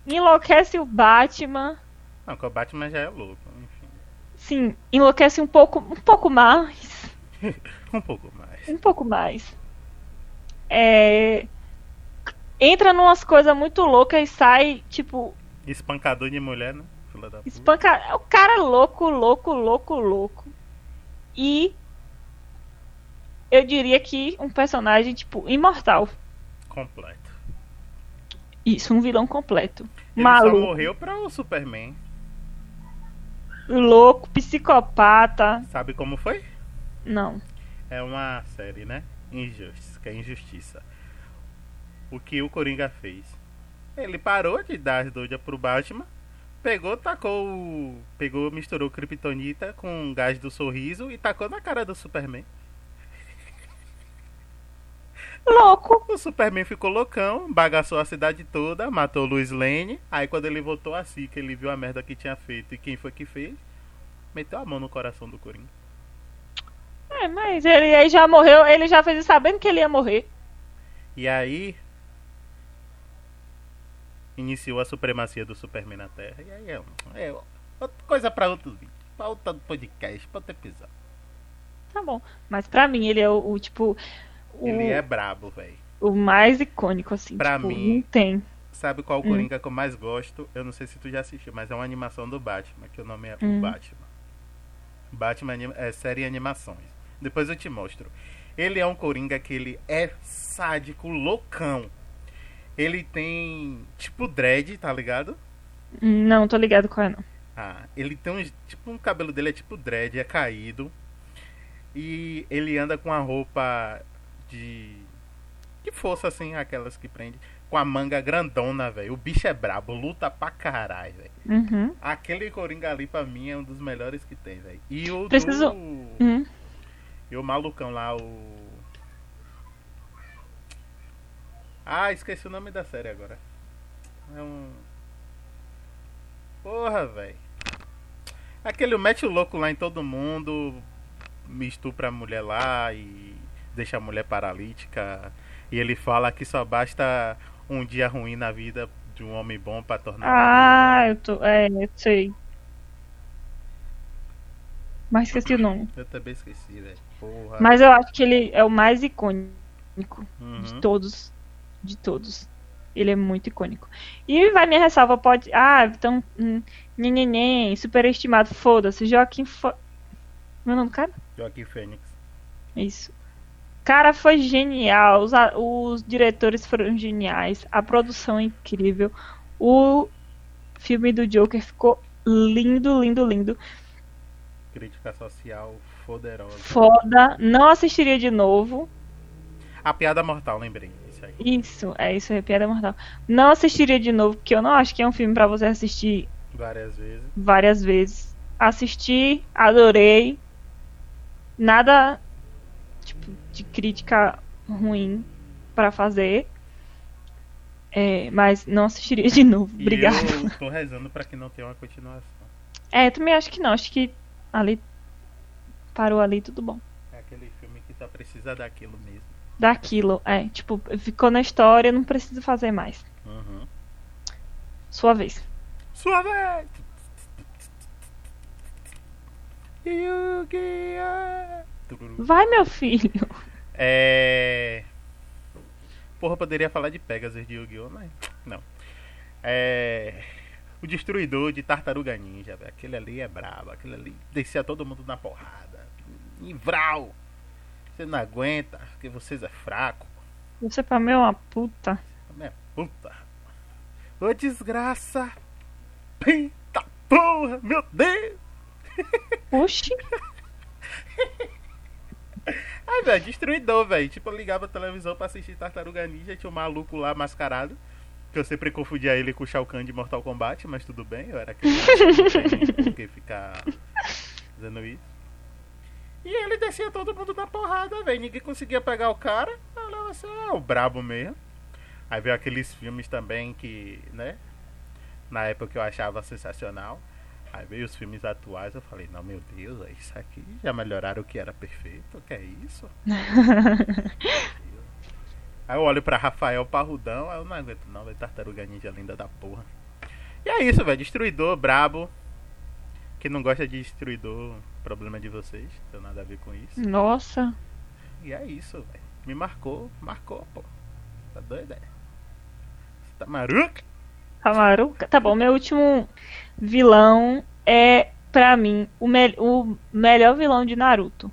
[SPEAKER 2] enlouquece o Batman.
[SPEAKER 1] Não, que o Batman já é louco, enfim.
[SPEAKER 2] Sim, enlouquece um pouco, um pouco mais.
[SPEAKER 1] Um pouco mais.
[SPEAKER 2] um pouco mais. É, entra numas coisas muito loucas e sai, tipo,
[SPEAKER 1] Espancador de mulher, né? Filha da puta.
[SPEAKER 2] Espanca... O cara é louco, louco, louco, louco. E eu diria que um personagem, tipo, imortal.
[SPEAKER 1] Completo.
[SPEAKER 2] Isso, um vilão completo.
[SPEAKER 1] Ele só
[SPEAKER 2] Maluco,
[SPEAKER 1] morreu pra o Superman.
[SPEAKER 2] louco, psicopata.
[SPEAKER 1] Sabe como foi?
[SPEAKER 2] Não.
[SPEAKER 1] É uma série, né? Injustice, que é injustiça. O que o Coringa fez? Ele parou de dar as doidas pro Batman, pegou, tacou. o- Pegou, misturou Kryptonita com um gás do sorriso e tacou na cara do Superman.
[SPEAKER 2] Louco.
[SPEAKER 1] O Superman ficou loucão, bagaçou a cidade toda, matou Lois Lane. Aí quando ele voltou assim, que ele viu a merda que tinha feito e quem foi que fez, meteu a mão no coração do Coringa.
[SPEAKER 2] É, mas ele aí já morreu, ele já fez isso sabendo que ele ia morrer.
[SPEAKER 1] E aí iniciou a supremacia do Superman na Terra. E aí é, um- é outra coisa pra outro vídeo, pra outro podcast, pra outro episódio.
[SPEAKER 2] Tá bom. Mas pra mim ele é o, o, tipo. O,
[SPEAKER 1] Ele é brabo, velho.
[SPEAKER 2] o mais icônico, assim.
[SPEAKER 1] Pra
[SPEAKER 2] tipo,
[SPEAKER 1] mim-
[SPEAKER 2] Não tem.
[SPEAKER 1] Sabe qual o
[SPEAKER 2] Hum.
[SPEAKER 1] Coringa que eu mais gosto? Eu não sei se tu já assistiu, mas é uma animação do Batman, que o nome é
[SPEAKER 2] Hum.
[SPEAKER 1] o Batman. Batman anima- é série animações. Depois eu te mostro. Ele é um Coringa que ele é sádico, loucão. Ele tem tipo dread, tá ligado?
[SPEAKER 2] Não, tô ligado qual é, não.
[SPEAKER 1] Ah, ele tem um. Tipo, o cabelo dele é tipo dread, é caído. E ele anda com a roupa de. De força, assim, aquelas que prende. Com a manga grandona, velho. O bicho é brabo, luta pra caralho, velho.
[SPEAKER 2] Uhum.
[SPEAKER 1] Aquele Coringa ali, pra mim, é um dos melhores que tem, velho. E o.
[SPEAKER 2] Preciso-
[SPEAKER 1] Do...
[SPEAKER 2] Uhum.
[SPEAKER 1] E o malucão lá, o. Ah, esqueci o nome da série agora. É um. Porra, velho. Aquele mete o louco lá em todo mundo, me estupra a mulher lá e deixa a mulher paralítica. E ele fala que só basta um dia ruim na vida de um homem bom pra tornar.
[SPEAKER 2] Ah, eu tô. É, eu sei. Mas esqueci o nome.
[SPEAKER 1] Eu também esqueci, velho. Porra.
[SPEAKER 2] Mas eu acho que ele é o mais icônico de
[SPEAKER 1] Uhum.
[SPEAKER 2] todos. De todos. Ele é muito icônico. E vai minha ressalva, pode. Ah, então. Hum, nhenhenhen, superestimado, foda-se. Joaquim. Fo... Meu nome do cara?
[SPEAKER 1] Joaquim Fênix.
[SPEAKER 2] Isso. Cara, foi genial. Os, a- os diretores foram geniais. A produção é incrível. O filme do Joker ficou lindo, lindo, lindo.
[SPEAKER 1] Crítica social foderosa.
[SPEAKER 2] Foda. Não assistiria de novo.
[SPEAKER 1] A piada mortal, lembrei. Isso aí.
[SPEAKER 2] Isso, é isso, é piada mortal. Não assistiria de novo, porque eu não acho que é um filme pra você assistir
[SPEAKER 1] Várias vezes.
[SPEAKER 2] várias vezes. Assisti, adorei. Nada tipo, de crítica ruim pra fazer. É, mas não assistiria de novo.
[SPEAKER 1] E
[SPEAKER 2] Obrigada.
[SPEAKER 1] eu tô rezando pra que não tenha uma continuação.
[SPEAKER 2] É, também acho que não. Acho que ali parou ali, tudo bom.
[SPEAKER 1] É aquele filme que só precisa daquilo mesmo.
[SPEAKER 2] Daquilo, é, tipo, ficou na história, não preciso fazer mais.
[SPEAKER 1] Uhum.
[SPEAKER 2] Sua vez.
[SPEAKER 1] Sua vez! Yu-Gi-Oh! Tururu.
[SPEAKER 2] Vai, meu filho.
[SPEAKER 1] É. Porra, eu poderia falar de Pegasus de Yu-Gi-Oh! Mas. Não. É. O Destruidor de Tartaruga Ninja, velho. Aquele ali é brabo. Aquele ali descia todo mundo na porrada. E vral! Você não aguenta, porque vocês é fraco.
[SPEAKER 2] Você pra mim é uma puta.
[SPEAKER 1] Minha puta. Ô desgraça. Pinta porra, meu Deus.
[SPEAKER 2] Oxi.
[SPEAKER 1] Ai, velho, destruidor, velho. Tipo, eu ligava a televisão pra assistir Tartaruga Ninja, tinha um maluco lá mascarado. Que eu sempre confundia ele com o Shao Kahn de Mortal Kombat, mas tudo bem, eu era criança, que ficar fazendo isso. E ele descia todo mundo na porrada, velho. Ninguém conseguia pegar o cara. Eu olhava assim, ah, o brabo mesmo. Aí veio aqueles filmes também que, né? Na época eu achava sensacional. Aí veio os filmes atuais, eu falei, não, meu Deus, é isso aqui já melhoraram o que era perfeito, o que é isso? Aí eu olho pra Rafael Parrudão, aí eu não aguento não, velho, tartaruga ninja linda da porra. E é isso, velho, destruidor, brabo. Quem não gosta de destruidor, problema de vocês, não tem nada a ver com isso.
[SPEAKER 2] Nossa.
[SPEAKER 1] E é isso, velho. Me marcou, marcou, pô. Tá doida? é? Você tá maruca?
[SPEAKER 2] Camaro. Tá bom, meu último vilão é, pra mim, o, me- o melhor vilão de Naruto.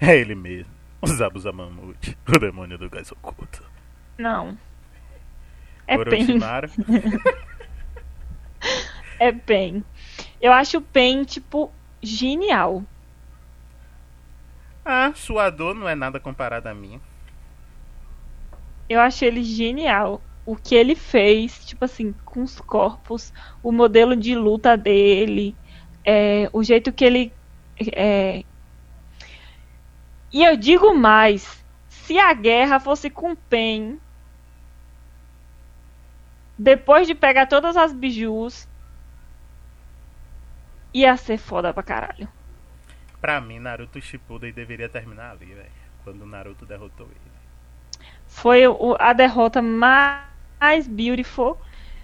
[SPEAKER 1] É ele mesmo. O Zabuza Mamute, o demônio do gás oculto.
[SPEAKER 2] Não. É Pen.
[SPEAKER 1] Orochimaru.
[SPEAKER 2] É Pen. Eu acho o Pen, tipo, genial.
[SPEAKER 1] Ah, sua dor não é nada comparada a minha.
[SPEAKER 2] Eu acho ele genial. O que ele fez, tipo assim, com os corpos, o modelo de luta dele, é, o jeito que ele. é. E eu digo mais: se a guerra fosse com Pen, depois de pegar todas as bijus, ia ser foda pra caralho.
[SPEAKER 1] Pra mim, Naruto Shippuden deveria terminar ali, velho. Quando o Naruto derrotou ele.
[SPEAKER 2] Foi o- a derrota ma- mais beautiful.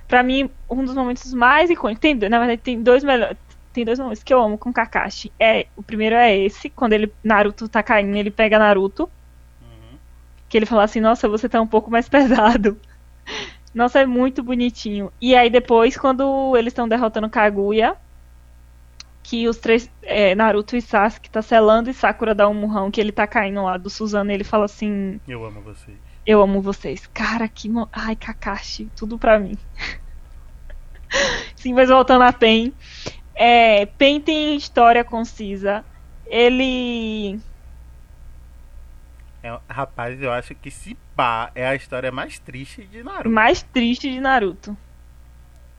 [SPEAKER 2] Pra mim, um dos momentos mais icônicos. Tem, na verdade, tem dois melhores. Tem dois momentos que eu amo com Kakashi. É, o primeiro é esse, quando ele Naruto tá caindo, ele pega Naruto,
[SPEAKER 1] Uhum.
[SPEAKER 2] que ele fala assim: "Nossa, você tá um pouco mais pesado". Nossa, é muito bonitinho. E aí depois, quando eles estão derrotando Kaguya, que os três, é, Naruto e Sasuke tá selando e Sakura dá um murrão que ele tá caindo lá do Suzano, e ele fala assim:
[SPEAKER 1] Eu amo vocês.
[SPEAKER 2] eu amo vocês. Cara, que. Mo... Ai, Kakashi, tudo pra mim. Sim, mas voltando a Pen. É, Pen tem história concisa. Ele.
[SPEAKER 1] É, rapaz, eu acho que se pá é a história mais triste de Naruto.
[SPEAKER 2] Mais triste de Naruto.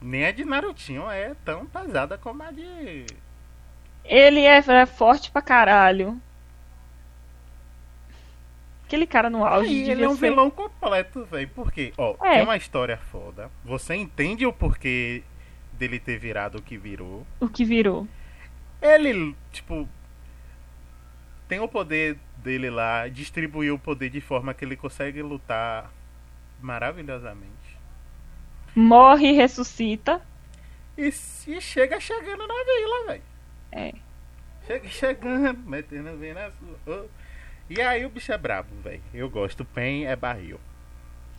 [SPEAKER 1] Nem a de Narutinho é tão pesada como a de.
[SPEAKER 2] Ele é, é forte pra caralho. Aquele cara no auge.
[SPEAKER 1] Aí, ele
[SPEAKER 2] devia
[SPEAKER 1] é um
[SPEAKER 2] ser-
[SPEAKER 1] vilão completo, velho. Porque, ó,
[SPEAKER 2] É.
[SPEAKER 1] é uma história foda. Você entende o porquê dele ter virado o que virou.
[SPEAKER 2] O que virou.
[SPEAKER 1] Ele, tipo. Tem o poder dele lá, distribuir o poder de forma que ele consegue lutar maravilhosamente.
[SPEAKER 2] Morre e ressuscita.
[SPEAKER 1] E se chega chegando na vila, velho.
[SPEAKER 2] É.
[SPEAKER 1] Chega chegando, metendo bem na sua. Ô. E aí o bicho é brabo, velho. Eu gosto. Pen é barril.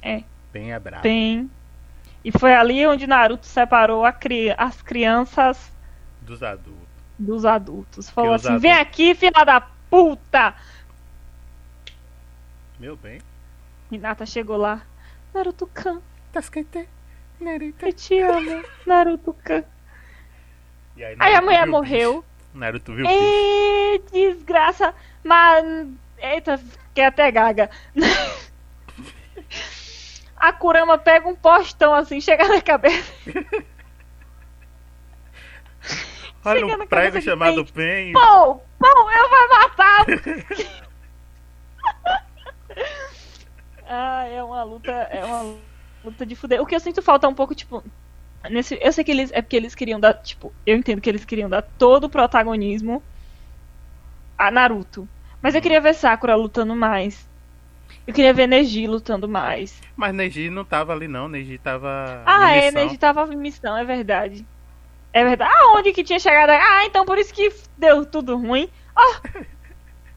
[SPEAKER 2] É.
[SPEAKER 1] Pen é brabo.
[SPEAKER 2] Pen. E foi ali onde Naruto separou a cri- as crianças
[SPEAKER 1] Dos adultos.
[SPEAKER 2] dos adultos. Falou
[SPEAKER 1] os
[SPEAKER 2] assim: vem
[SPEAKER 1] adultos-
[SPEAKER 2] aqui, filha da puta!
[SPEAKER 1] Meu bem.
[SPEAKER 2] Hinata chegou lá. Naruto Kan,
[SPEAKER 1] Tá esquente. Narita.
[SPEAKER 2] eu te amo. Naruto Kan.
[SPEAKER 1] E aí,
[SPEAKER 2] Aí a
[SPEAKER 1] Naruto
[SPEAKER 2] mulher
[SPEAKER 1] viu o
[SPEAKER 2] morreu.
[SPEAKER 1] bicho. Naruto viu o bicho.
[SPEAKER 2] Ê, desgraça. Mas. Eita, fiquei até gaga. A Kurama pega um postão assim, chega na cabeça.
[SPEAKER 1] Olha
[SPEAKER 2] chega na
[SPEAKER 1] um prego
[SPEAKER 2] cabeça de
[SPEAKER 1] chamado Pen.
[SPEAKER 2] Pô, pô, eu vou matar! Ah, é uma luta, é uma luta de fuder. O que eu sinto falta é um pouco, tipo, nesse, eu sei que eles é porque eles queriam dar, tipo, eu entendo que eles queriam dar todo o protagonismo a Naruto. Mas eu queria ver Sakura lutando mais. Eu queria ver Neji lutando mais.
[SPEAKER 1] Mas Neji não tava ali, não. Neji tava.
[SPEAKER 2] Ah,
[SPEAKER 1] em
[SPEAKER 2] é,
[SPEAKER 1] missão.
[SPEAKER 2] Neji tava em missão, é verdade. É verdade. Aonde que tinha chegado? Ah, então por isso que deu tudo ruim. Ó,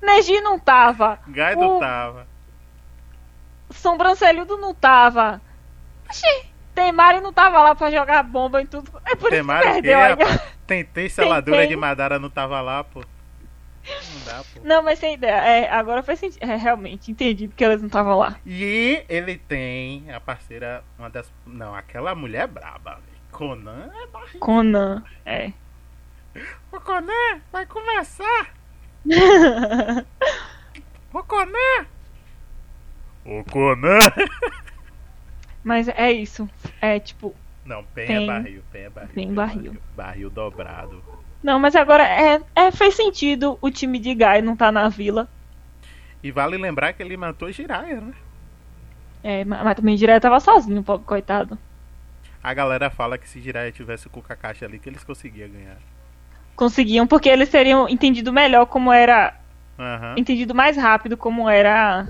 [SPEAKER 2] Neji não tava.
[SPEAKER 1] Gaido
[SPEAKER 2] O-
[SPEAKER 1] tava.
[SPEAKER 2] Sobrancelhudo não tava. Oxi, Temari não tava lá pra jogar bomba e tudo. É por
[SPEAKER 1] Temari o
[SPEAKER 2] isso que
[SPEAKER 1] quê,
[SPEAKER 2] perdeu. aí.
[SPEAKER 1] rapaz? Tentei seladura
[SPEAKER 2] Tentei.
[SPEAKER 1] de Madara não tava lá, pô. Não dá, pô.
[SPEAKER 2] Não, mas sem ideia. É, agora faz sentido. É, realmente, entendi porque elas não estavam lá.
[SPEAKER 1] E ele tem a parceira, uma das. Não, aquela mulher é braba, velho. Conan é barriga.
[SPEAKER 2] Conan, é.
[SPEAKER 1] Ô Conan, vai começar! Ô Conan! Ô Conan!
[SPEAKER 2] mas é isso. É tipo.
[SPEAKER 1] Não, pen, é
[SPEAKER 2] Pen.
[SPEAKER 1] barril, pen é barril.
[SPEAKER 2] Pen,
[SPEAKER 1] é
[SPEAKER 2] barril.
[SPEAKER 1] Barril dobrado.
[SPEAKER 2] Não, mas agora é, é, fez sentido o time de Guy não tá na vila.
[SPEAKER 1] E vale lembrar que ele matou Jiraiya, né?
[SPEAKER 2] É, ma- mas também direto tava sozinho, pobre coitado.
[SPEAKER 1] A galera fala que se Jiraiya tivesse com o Kakashi ali, que eles conseguiam ganhar.
[SPEAKER 2] Conseguiam, porque eles seriam entendido melhor como era.
[SPEAKER 1] Aham.
[SPEAKER 2] Entendido mais rápido como era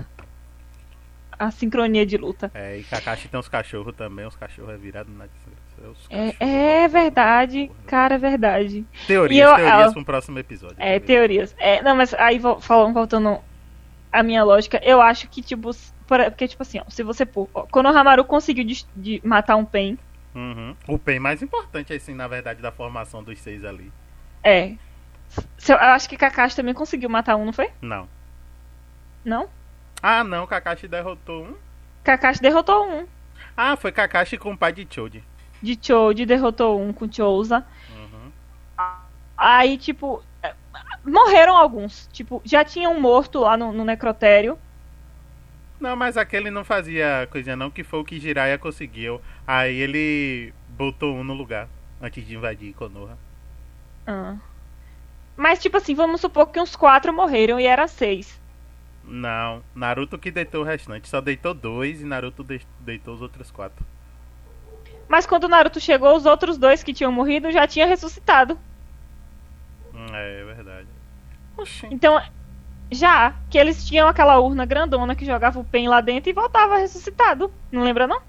[SPEAKER 2] a, a sincronia de luta.
[SPEAKER 1] É, e Kakashi tem uns cachorros também, os cachorros é virado na desgraça. É, os cachorros.
[SPEAKER 2] É, é verdade, cara, é verdade. É, E
[SPEAKER 1] Teorias,
[SPEAKER 2] eu-
[SPEAKER 1] teorias
[SPEAKER 2] eu-
[SPEAKER 1] pra um próximo episódio.
[SPEAKER 2] É, teorias. É, não, mas aí vo- falando, voltando à minha lógica, eu acho que, tipo, s- pra- Porque, tipo assim, ó, se você pôr. ó, Konohamaru conseguiu de, de matar um Pen.
[SPEAKER 1] Uhum. O pen mais importante, assim, na verdade, da formação dos seis ali.
[SPEAKER 2] É. Se- Eu acho que Kakashi também conseguiu matar um, não foi?
[SPEAKER 1] Não.
[SPEAKER 2] Não?
[SPEAKER 1] Ah, não, Kakashi derrotou um.
[SPEAKER 2] Kakashi derrotou um.
[SPEAKER 1] Ah, foi Kakashi com o pai de Choji.
[SPEAKER 2] de Choji, derrotou um com Chouza. Aí, tipo, é, morreram alguns. Tipo, já tinha um morto lá no, no necrotério.
[SPEAKER 1] Não, mas aquele não fazia coisinha não, que foi o que Jiraiya conseguiu. Aí ele botou um no lugar, antes de invadir Konoha.
[SPEAKER 2] Ah. Mas, tipo assim, vamos supor que uns quatro morreram e era seis.
[SPEAKER 1] Não, Naruto que deitou o restante. Só deitou dois e Naruto de- deitou os outros quatro.
[SPEAKER 2] Mas quando o Naruto chegou, os outros dois que tinham morrido já tinham ressuscitado.
[SPEAKER 1] Hum, É, é verdade. Oxi.
[SPEAKER 2] Então, já que eles tinham aquela urna grandona que jogava o pen lá dentro e voltava ressuscitado. Não lembra, não?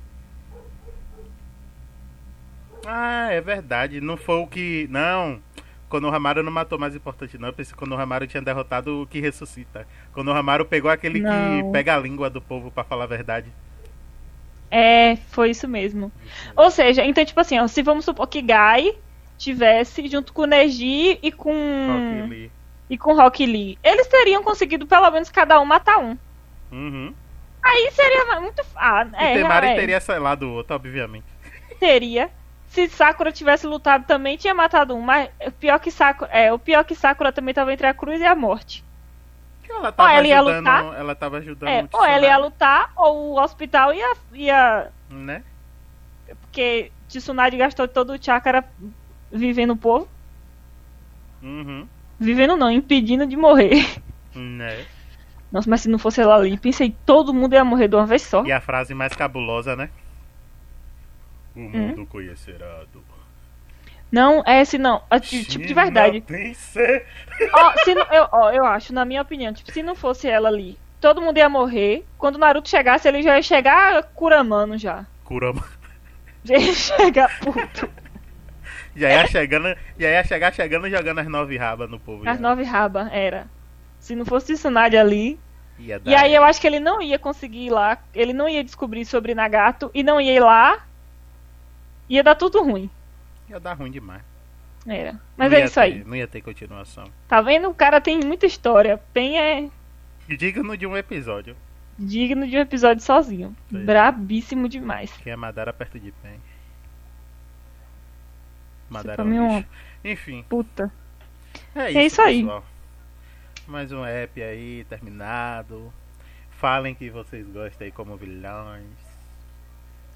[SPEAKER 1] Ah, é verdade. Não foi o que. Não. Konohamaru não matou o mais importante, não. Eu pensei que Konohamaru tinha derrotado o que ressuscita. Konohamaru pegou aquele que
[SPEAKER 2] Não.
[SPEAKER 1] pega a língua do povo pra falar a verdade.
[SPEAKER 2] É, foi isso mesmo. Ou seja, então, tipo assim, ó, se vamos supor que Gai tivesse junto com Neji e com
[SPEAKER 1] Só que ele-
[SPEAKER 2] e com Rock Lee, eles teriam conseguido pelo menos cada um matar um.
[SPEAKER 1] Uhum.
[SPEAKER 2] Aí seria ma- muito f- ah, é,
[SPEAKER 1] e Temari
[SPEAKER 2] é,
[SPEAKER 1] teria selado o outro, obviamente.
[SPEAKER 2] teria. Se Sakura tivesse lutado também tinha matado um, mas o pior que Sakura, é, o pior que Sakura também tava entre a cruz e a morte.
[SPEAKER 1] Ela tava
[SPEAKER 2] ela ia
[SPEAKER 1] ajudando.
[SPEAKER 2] lutar.
[SPEAKER 1] Ela tava ajudando
[SPEAKER 2] É,
[SPEAKER 1] o
[SPEAKER 2] ou ela ia
[SPEAKER 1] Tsunade,
[SPEAKER 2] lutar ou o hospital ia ia
[SPEAKER 1] né?
[SPEAKER 2] porque Tsunade gastou todo o chakra vivendo o povo.
[SPEAKER 1] Uhum.
[SPEAKER 2] Vivendo não, impedindo de morrer.
[SPEAKER 1] Né?
[SPEAKER 2] Nossa, mas se não fosse ela ali, pensei todo mundo ia morrer de uma vez só.
[SPEAKER 1] E a frase mais cabulosa, né? O
[SPEAKER 2] Hum.
[SPEAKER 1] mundo conhecerá do
[SPEAKER 2] Não, é se não. é, ti- tipo de verdade.
[SPEAKER 1] Shinobise.
[SPEAKER 2] Ó, se não- eu, ó, eu acho, na minha opinião, tipo, se não fosse ela ali, todo mundo ia morrer. Quando o Naruto chegasse, ele já ia chegar curamano já.
[SPEAKER 1] Kurama.
[SPEAKER 2] Já ia chegar puto.
[SPEAKER 1] Já ia chegando, já ia chegar chegando jogando as nove rabas no povo.
[SPEAKER 2] As
[SPEAKER 1] já.
[SPEAKER 2] nove rabas, era. Se não fosse Tsunade ali.
[SPEAKER 1] Ia
[SPEAKER 2] E aí eu acho que ele não ia conseguir ir lá. Ele não ia descobrir sobre Nagato e não ia ir lá. Ia dar tudo ruim.
[SPEAKER 1] ia dar ruim demais.
[SPEAKER 2] Era. Mas
[SPEAKER 1] Não
[SPEAKER 2] é
[SPEAKER 1] ia
[SPEAKER 2] isso aí.
[SPEAKER 1] ter- Não ia ter continuação.
[SPEAKER 2] Tá vendo? O cara tem muita história. Pen é
[SPEAKER 1] Digno de um episódio.
[SPEAKER 2] digno de um episódio sozinho.
[SPEAKER 1] Sim.
[SPEAKER 2] Brabíssimo demais.
[SPEAKER 1] Quem é Madara perto de Pen. Madara é
[SPEAKER 2] pra
[SPEAKER 1] um
[SPEAKER 2] mim é uma-
[SPEAKER 1] lixo. Enfim,
[SPEAKER 2] Puta.
[SPEAKER 1] é isso,
[SPEAKER 2] É isso aí.
[SPEAKER 1] pessoal. Mais um app aí, terminado. Falem que vocês gostam aí como vilões.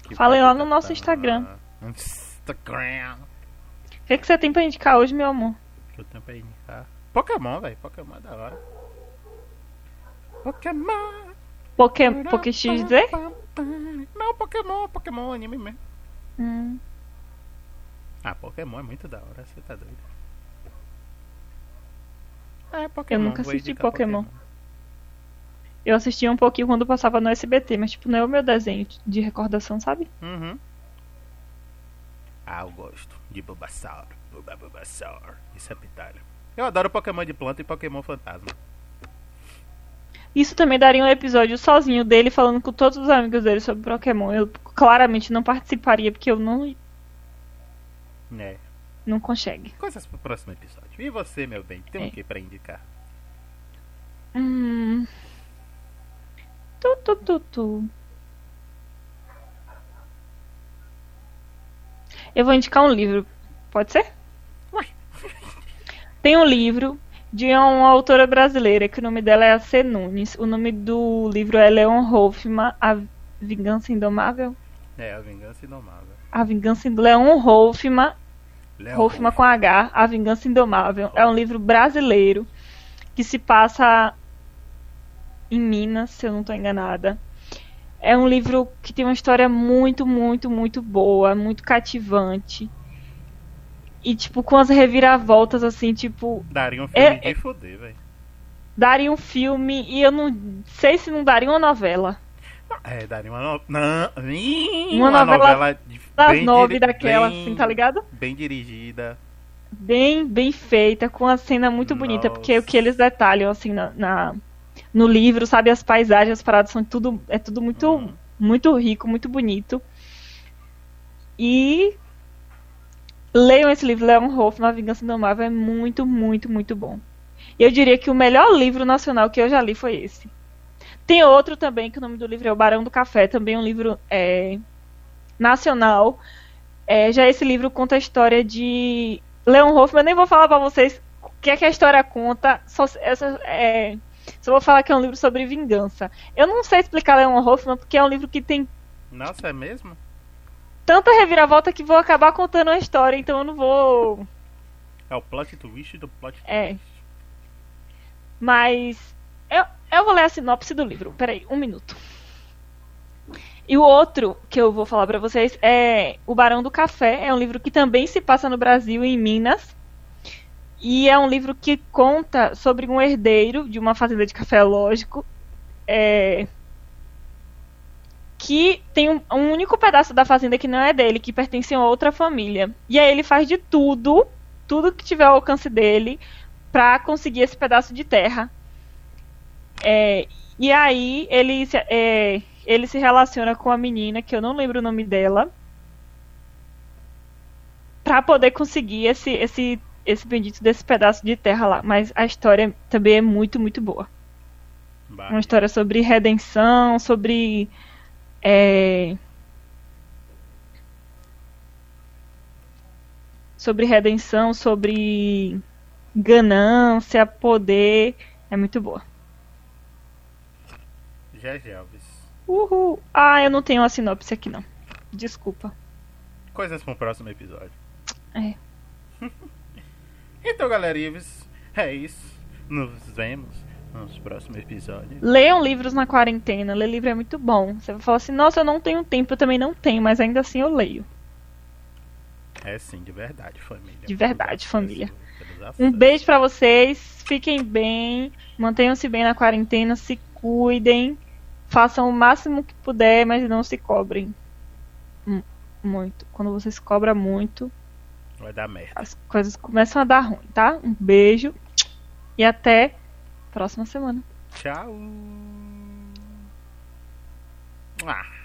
[SPEAKER 1] Que
[SPEAKER 2] Falem lá
[SPEAKER 1] pode
[SPEAKER 2] no nosso
[SPEAKER 1] botar
[SPEAKER 2] Instagram.
[SPEAKER 1] lá. Instagram.
[SPEAKER 2] O que, que você tem pra indicar hoje, meu amor?
[SPEAKER 1] Que eu tenho pra indicar. tá? Pokémon, velho. Pokémon é da hora. Pokémon.
[SPEAKER 2] Poké... é? PokéXZ?
[SPEAKER 1] Não, Pokémon, Pokémon anime mesmo.
[SPEAKER 2] Hum.
[SPEAKER 1] Ah, Pokémon é muito da hora, você tá doido. É, Pokémon.
[SPEAKER 2] Eu nunca
[SPEAKER 1] vou
[SPEAKER 2] assisti
[SPEAKER 1] indicar
[SPEAKER 2] Pokémon. Eu assistia um pouquinho quando passava no SBT, mas tipo, não é o meu desenho de recordação, sabe?
[SPEAKER 1] Uhum. Ah, eu gosto de Bulbasaur. Buba Bulbasaur. Isso é pitalha. Eu adoro Pokémon de planta e Pokémon fantasma.
[SPEAKER 2] Isso também daria um episódio sozinho dele falando com todos os amigos dele sobre Pokémon. Eu claramente não participaria porque eu não,
[SPEAKER 1] Né?
[SPEAKER 2] não consegue.
[SPEAKER 1] Coisas pro próximo episódio. E você, meu bem, tem
[SPEAKER 2] É.
[SPEAKER 1] o que pra indicar?
[SPEAKER 2] Hum. Tu, tu, tu, tu. Eu vou indicar um livro. Pode ser?
[SPEAKER 1] Ué.
[SPEAKER 2] Tem um livro de uma autora brasileira, que o nome dela é a C. Nunes. O nome do livro é Leon Hoffman, A Vingança Indomável.
[SPEAKER 1] É, a vingança indomável.
[SPEAKER 2] A Vingança Ind- Leon Hoffman,
[SPEAKER 1] Léo
[SPEAKER 2] Hoffman com H, A Vingança Indomável. É um livro brasileiro que se passa em Minas, se eu não estou enganada. É um livro que tem uma história muito, muito, muito boa, muito cativante. E, tipo, com as reviravoltas, assim, tipo,
[SPEAKER 1] Daria um filme
[SPEAKER 2] É-
[SPEAKER 1] de foder, velho.
[SPEAKER 2] daria um filme e eu não sei se não daria uma novela.
[SPEAKER 1] É, daria uma, no... Não, ih,
[SPEAKER 2] Uma
[SPEAKER 1] uma
[SPEAKER 2] novela
[SPEAKER 1] novela de-
[SPEAKER 2] Das
[SPEAKER 1] bem
[SPEAKER 2] nove
[SPEAKER 1] diri-
[SPEAKER 2] daquela,
[SPEAKER 1] bem-
[SPEAKER 2] assim, tá ligado?
[SPEAKER 1] Bem dirigida.
[SPEAKER 2] bem bem feita, com a cena muito bonita, porque o
[SPEAKER 1] Nossa.
[SPEAKER 2] que eles detalham assim na, na, no livro, sabe? As paisagens, as paradas são tudo. É tudo muito, muito rico, muito bonito. E leiam esse livro, Leon Hoffman, A Vingança Indomável, é muito, muito, muito bom. E eu diria que o melhor livro nacional que eu já li foi esse. Tem outro também, que o nome do livro é O Barão do Café, também um livro é, nacional. É, já esse livro conta a história de Leon Hoffman. Eu nem vou falar pra vocês o que é que a história conta, só, essa, é, só vou falar que é um livro sobre vingança. Eu não sei explicar Leon Hoffman, porque é um livro que tem
[SPEAKER 1] Nossa, é mesmo?
[SPEAKER 2] tanta reviravolta que vou acabar contando a história, então eu não vou.
[SPEAKER 1] É o plot twist do plot twist.
[SPEAKER 2] É. Mas eu, eu vou ler a sinopse do livro. Peraí, um minuto. E o outro que eu vou falar pra vocês é O Barão do Café. É um livro que também se passa no Brasil, em Minas. E é um livro que conta sobre um herdeiro de uma fazenda de café, lógico. É, que tem um, um único pedaço da fazenda que não é dele, que pertence a outra família. E aí ele faz de tudo, tudo que tiver ao alcance dele, pra conseguir esse pedaço de terra. É, e aí ele se, é, ele se relaciona com a menina, que eu não lembro o nome dela, pra poder conseguir esse, esse, esse bendito desse pedaço de terra lá. Mas a história também é muito, muito boa.
[SPEAKER 1] Bah.
[SPEAKER 2] Uma história sobre redenção, sobre. é, Sobre redenção, sobre ganância, poder. É muito boa.
[SPEAKER 1] G.G. Alves.
[SPEAKER 2] Uhul! Ah, eu não tenho a sinopse aqui não. Desculpa.
[SPEAKER 1] Coisas para um próximo episódio.
[SPEAKER 2] É.
[SPEAKER 1] Então, galera, Ives, é isso. Nos vemos nos próximos episódios.
[SPEAKER 2] Leiam livros na quarentena. Ler livro é muito bom. Você vai falar assim, nossa, eu não tenho tempo, eu também não tenho, mas ainda assim eu leio.
[SPEAKER 1] É sim, de verdade, família.
[SPEAKER 2] De verdade,
[SPEAKER 1] Obrigado
[SPEAKER 2] família.
[SPEAKER 1] pelos- pelos
[SPEAKER 2] Um
[SPEAKER 1] afetos.
[SPEAKER 2] beijo pra vocês. Fiquem bem. Mantenham-se bem na quarentena. Se cuidem. Façam o máximo que puder, mas não se cobrem. Mu- Muito. Quando você se cobra muito,
[SPEAKER 1] Vai dar merda.
[SPEAKER 2] as coisas começam a dar ruim, tá? Um beijo e até próxima semana.
[SPEAKER 1] Tchau. Ah.